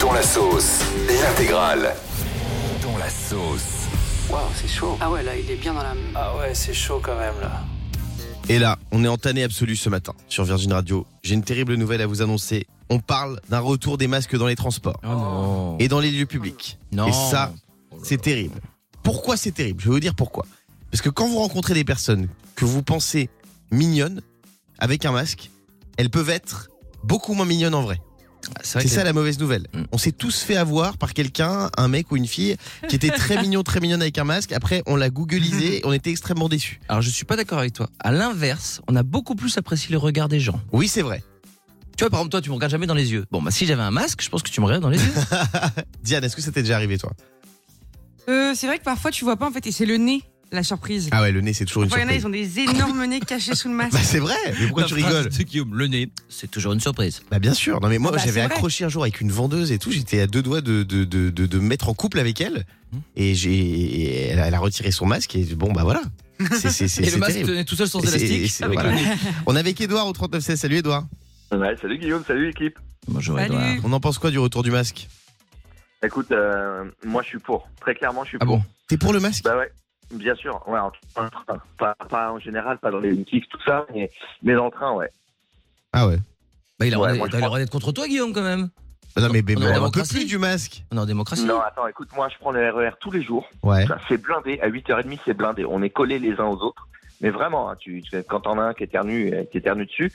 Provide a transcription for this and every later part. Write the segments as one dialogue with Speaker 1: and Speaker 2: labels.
Speaker 1: Dont la sauce, l'intégrale.
Speaker 2: Dans la sauce.
Speaker 1: Waouh, c'est chaud.
Speaker 3: Ah ouais, là, il est bien dans la.
Speaker 4: Ah ouais, c'est chaud quand même là.
Speaker 5: Et là, on est en tannée absolue ce matin sur Virgin Radio. J'ai une terrible nouvelle à vous annoncer. On parle d'un retour des masques dans les transports
Speaker 2: Oh non.
Speaker 5: et dans les lieux publics.
Speaker 2: non.
Speaker 5: Et ça, c'est terrible. Pourquoi c'est terrible Je vais vous dire pourquoi. Parce que quand vous rencontrez des personnes que vous pensez mignonnes avec un masque, elles peuvent être beaucoup moins mignonnes en vrai.
Speaker 2: C'est vrai
Speaker 5: Ah, C'est
Speaker 2: que-
Speaker 5: ça la mauvaise nouvelle.
Speaker 2: Mm.
Speaker 5: On s'est tous fait avoir par quelqu'un, un mec ou une fille, qui était très mignon, très mignonne avec un masque. Après, on l'a googlisé et on était extrêmement déçus.
Speaker 2: Alors je suis pas d'accord avec toi. À l'inverse, on a beaucoup plus apprécié le regard des gens.
Speaker 5: Oui, c'est vrai.
Speaker 2: Tu vois, par exemple, toi, tu me regardes jamais dans les yeux. Bon, bah si j'avais un masque, je pense que tu me regardes dans les yeux.
Speaker 5: Diane, est-ce que ça t'est déjà arrivé, toi
Speaker 6: Euh, c'est vrai que parfois tu vois pas en fait et c'est le nez la surprise.
Speaker 5: Ah ouais, le nez, c'est toujours une
Speaker 6: Parfois, il y en a,
Speaker 5: surprise.
Speaker 6: ils ont des énormes nez cachés sous le masque.
Speaker 5: Bah, c'est vrai. Mais pourquoi
Speaker 2: La
Speaker 5: tu
Speaker 2: phrase
Speaker 5: rigoles
Speaker 2: de Guillaume, le nez, c'est toujours une surprise.
Speaker 5: Bah bien sûr. Non mais moi
Speaker 6: Ah bah,
Speaker 5: j'avais
Speaker 6: c'est vrai.
Speaker 5: accroché un jour avec une vendeuse et tout. J'étais à deux doigts de de, de, de- de me mettre en couple avec elle
Speaker 6: Mmh.
Speaker 2: Hmm.
Speaker 5: et j'ai et elle, a- elle a retiré son masque et bon bah voilà. C'est c'est c'est
Speaker 2: Et
Speaker 5: c'est
Speaker 2: le masque
Speaker 5: terrible.
Speaker 2: tenait tout seul sans
Speaker 5: Et c'est- et
Speaker 2: élastique.
Speaker 5: c'est-
Speaker 2: avec
Speaker 5: voilà.
Speaker 2: le nez.
Speaker 5: On est avec Edouard au 39C. Salut Edouard.
Speaker 7: Ouais, salut Guillaume, salut l'équipe.
Speaker 2: Bonjour
Speaker 6: Salut.
Speaker 2: Edouard.
Speaker 5: On en pense quoi du retour du masque
Speaker 7: Écoute, euh, moi je suis pour. Très clairement, je suis
Speaker 2: Ah
Speaker 7: pour.
Speaker 2: bon
Speaker 5: T'es pour le masque
Speaker 7: Bah ouais, bien sûr. Ouais, en, en train. Pas, pas en général, pas dans les boutiques, tout ça, mais, mais dans le train, ouais.
Speaker 5: Ah ouais.
Speaker 2: Bah, il a le droit
Speaker 7: Ouais,
Speaker 2: d'être-
Speaker 7: moi, je
Speaker 2: il a le
Speaker 7: prends-
Speaker 2: droit d'être contre toi, Guillaume, quand même.
Speaker 5: Bah, non mais, mais
Speaker 2: On est en
Speaker 5: mais on en peut
Speaker 2: démocratie.
Speaker 5: plus du masque.
Speaker 2: On est en démocratie.
Speaker 7: Non, attends, écoute, moi je prends le RER tous les jours.
Speaker 5: Ouais.
Speaker 7: Enfin, C'est blindé. À 8h30, c'est blindé. On est collés les uns aux autres. Mais vraiment, hein, tu, tu- quand t'en as un qui éternue, euh, qui éternue dessus.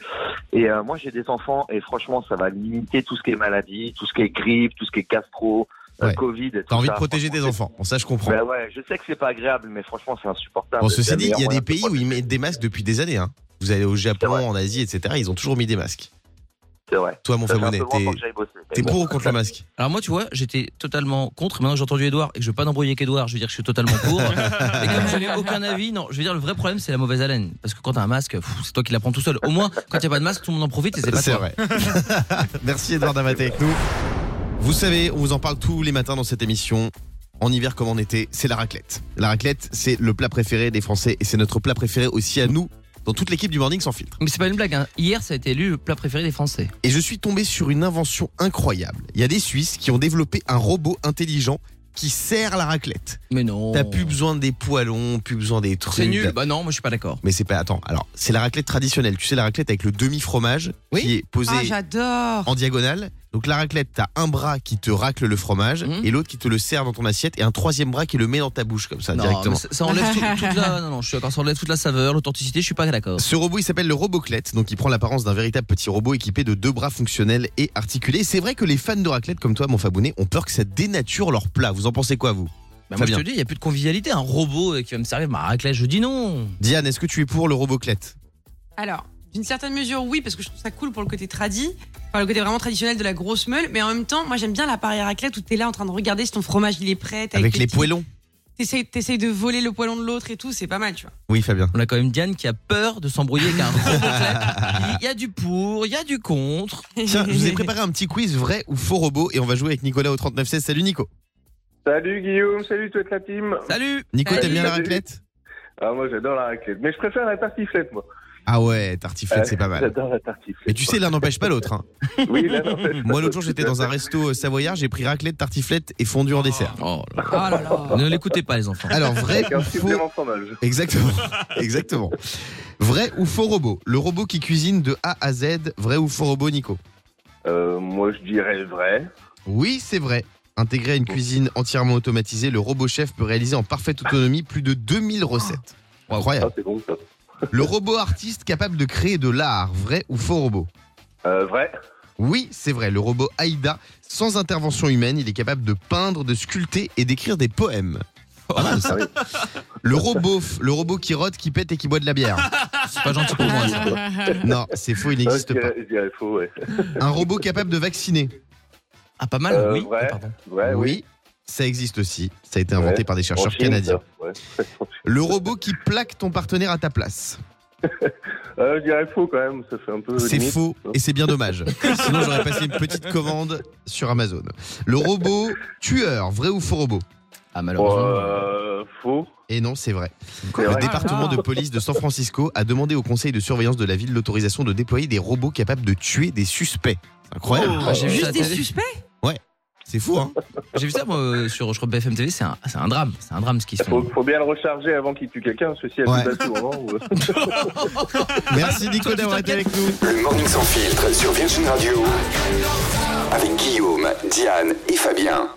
Speaker 7: Et euh, moi, j'ai des enfants et franchement, ça va limiter tout ce qui est maladie, tout ce qui est grippe, tout ce qui est gastro, euh,
Speaker 5: Ouais.
Speaker 7: Covid.
Speaker 5: T'as
Speaker 7: tout
Speaker 5: envie de
Speaker 7: ça.
Speaker 5: protéger tes
Speaker 7: Franchement,
Speaker 5: enfants. Bon ça je comprends.
Speaker 7: Ben ouais, je sais que c'est pas agréable, mais franchement, c'est insupportable.
Speaker 5: Bon
Speaker 7: C'est
Speaker 5: ceci
Speaker 7: la
Speaker 5: dit,
Speaker 7: meilleure
Speaker 5: il y a
Speaker 7: moyen
Speaker 5: des
Speaker 7: de
Speaker 5: pays où ils mettent des masques depuis des années. hein. Vous allez au Japon,
Speaker 7: vrai.
Speaker 5: en Asie, etc. Ils ont toujours mis des masques.
Speaker 7: C'est vrai.
Speaker 5: Toi mon
Speaker 7: Ça fait un
Speaker 5: Fabonnet,
Speaker 7: peu loin
Speaker 5: t'es
Speaker 7: pour que j'aille bosser, mais
Speaker 5: t'es
Speaker 7: bon.
Speaker 5: pour ou contre le masque
Speaker 2: Alors moi, tu vois, j'étais totalement contre. Maintenant, que j'ai entendu Edouard et que je veux pas n'embrouiller avec Edouard, je veux dire que je suis totalement pour. et comme je n'ai aucun avis, non, je veux dire le vrai problème, c'est la mauvaise haleine. Parce que quand t'as un masque, pff, c'est toi qui la prends tout seul. Au moins, quand y a pas de masque, tout le monde en profite et c'est pas
Speaker 5: C'est
Speaker 2: toi.
Speaker 5: vrai. Merci Edouard d'avoir été avec nous. Vous savez, on vous en parle tous les matins dans cette émission. En hiver comme en été, c'est la raclette. La raclette, c'est le plat préféré des Français et c'est notre plat préféré aussi à nous, dans toute l'équipe du Morning sans filtre.
Speaker 2: Mais c'est pas une blague. Hein. Hier, ça a été élu le plat préféré des Français.
Speaker 5: Et je suis tombé sur une invention incroyable. Il y a des Suisses qui ont développé un robot intelligent qui sert la raclette.
Speaker 2: Mais non.
Speaker 5: T'as plus besoin des poêlons, plus besoin des trucs.
Speaker 2: Oh. C'est nul. Bah non, moi je suis pas d'accord.
Speaker 5: Mais c'est pas. Attends, alors, c'est la raclette traditionnelle. Tu sais, la raclette avec le demi-fromage
Speaker 2: Oui.
Speaker 5: qui est posé
Speaker 6: Ah j'adore.
Speaker 5: en diagonale. Donc la raclette, t'as un bras qui te racle le fromage
Speaker 2: Mhm.
Speaker 5: et l'autre qui te le sert dans ton assiette et un troisième bras qui le met dans ta bouche comme ça
Speaker 2: Non,
Speaker 5: Ah, directement.
Speaker 2: mais ça, ça enlève tout- toute la. Non, non, je suis d'accord. Ça enlève toute la saveur, l'authenticité. Je suis pas d'accord.
Speaker 5: Ce robot, il s'appelle le Roboclette, donc il prend l'apparence d'un véritable petit robot équipé de deux bras fonctionnels et articulés. Et C'est vrai que les fans de raclette comme toi, mon Fabounet, ont peur que ça dénature leur plat. Vous en pensez quoi, vous
Speaker 2: Bah, moi, je
Speaker 5: Fabien.
Speaker 2: te dis, il y a plus de convivialité. Un robot euh, qui va me servir ma raclette, je dis non.
Speaker 5: Diane, est-ce que tu es pour le Roboclette
Speaker 6: Alors d'une certaine mesure oui parce que je trouve ça cool pour le côté tradi, enfin le côté vraiment traditionnel de la grosse meule. Mais en même temps moi j'aime bien l'appareil à raclette où t'es là en train de regarder si ton fromage il est prêt. t'es
Speaker 5: Avec les
Speaker 6: petits-
Speaker 5: poêlons
Speaker 6: T'essayes t'essayes de voler le poêlon de l'autre et tout c'est pas mal tu vois.
Speaker 5: Oui, Fabien.
Speaker 2: On a quand même Diane qui a peur de s'embrouiller avec un
Speaker 5: Ah,
Speaker 2: robot. Il y a du pour, il y a du contre.
Speaker 5: Tiens, ah. je vous ai préparé un petit quiz vrai ou faux robot et on va jouer avec Nicolas au 3916. Salut Nico.
Speaker 8: Salut Guillaume, salut toute la team.
Speaker 2: Salut
Speaker 5: Nico,
Speaker 6: Salut.
Speaker 5: t'aimes bien la
Speaker 8: Salut.
Speaker 5: raclette
Speaker 8: Ah, moi j'adore la raclette, mais je préfère la tartiflette moi.
Speaker 5: Ah ouais, tartiflette, c'est pas mal.
Speaker 8: J'adore la tartiflette.
Speaker 5: Mais tu sais, l'un n'empêche pas l'autre. hein.
Speaker 8: Oui, là, non, c'est-
Speaker 5: Moi, l'autre jour, j'étais dans un resto euh, savoyard, j'ai pris raclette, tartiflette et fondue en dessert.
Speaker 2: Oh là
Speaker 6: Oh là là.
Speaker 2: là. Ne l'écoutez pas les enfants.
Speaker 5: Alors, vrai
Speaker 8: Avec
Speaker 5: ou
Speaker 8: un
Speaker 5: faux
Speaker 8: supplément de fromage.
Speaker 5: Exactement. Exactement. Vrai ou faux robot Le robot qui cuisine de A à Z, vrai ou faux robot, Nico
Speaker 8: Euh, moi je dirais vrai.
Speaker 5: Oui, c'est vrai. Intégré à une cuisine entièrement automatisée, le robot chef peut réaliser en parfaite autonomie plus de 2000 recettes.
Speaker 8: Ah,
Speaker 5: Incroyable.
Speaker 8: c'est bon ça.
Speaker 5: Le robot artiste capable de créer de l'art, vrai ou faux robot
Speaker 8: Euh, vrai.
Speaker 5: Oui, c'est vrai, le robot Aïda, sans intervention humaine, il est capable de peindre, de sculpter et d'écrire des poèmes. Pas mal, ça.
Speaker 8: Ah
Speaker 5: Le robot, le robot qui rote, qui pète et qui boit de la bière.
Speaker 2: C'est pas gentil pour moi. ça.
Speaker 5: Non, c'est faux, il
Speaker 8: Ah,
Speaker 5: n'existe
Speaker 8: je,
Speaker 5: pas.
Speaker 8: dirais, je dirais faux, ouais.
Speaker 5: Un robot capable de vacciner.
Speaker 2: Ah pas mal,
Speaker 8: Euh,
Speaker 2: oui.
Speaker 8: vrai.
Speaker 2: Ah, pardon.
Speaker 8: Vrai, oui.
Speaker 5: Oui, ça existe aussi. Ça a été inventé
Speaker 8: Ouais.
Speaker 5: par des
Speaker 8: En
Speaker 5: chercheurs
Speaker 8: Chine,
Speaker 5: canadiens.
Speaker 8: ça, ouais.
Speaker 5: Le robot qui plaque ton partenaire à ta place.
Speaker 8: Euh, je dirais faux quand même, ça fait un peu.
Speaker 5: C'est
Speaker 8: limite.
Speaker 5: faux et c'est bien dommage. Sinon, j'aurais passé une petite commande sur Amazon. Le robot tueur, vrai ou faux robot
Speaker 2: Ah
Speaker 8: Oh,
Speaker 2: malheureusement.
Speaker 8: euh, faux.
Speaker 5: Et non, c'est vrai.
Speaker 8: C'est
Speaker 5: Le
Speaker 8: vrai.
Speaker 5: département de police de San Francisco a demandé au conseil de surveillance de la ville l'autorisation de déployer des robots capables de tuer des suspects. C'est Incroyable.
Speaker 2: Ah, J'ai vu ça à
Speaker 6: Juste
Speaker 2: la
Speaker 6: des
Speaker 2: télé.
Speaker 6: suspects
Speaker 5: C'est fou, hein
Speaker 2: J'ai vu ça moi, euh, sur je crois, BFM TV, c'est un, c'est un drame, c'est un drame ce qu'ils
Speaker 7: Faut,
Speaker 2: font.
Speaker 7: faut bien le recharger avant qu'il tue quelqu'un, ceci est
Speaker 5: Ouais.
Speaker 7: tout à tout moment.
Speaker 8: euh,
Speaker 7: ou-
Speaker 5: Merci Nico d'avoir été avec nous.
Speaker 1: Le Morning Sans Filtre sur Virgin Radio. Avec Guillaume, Diane et Fabien.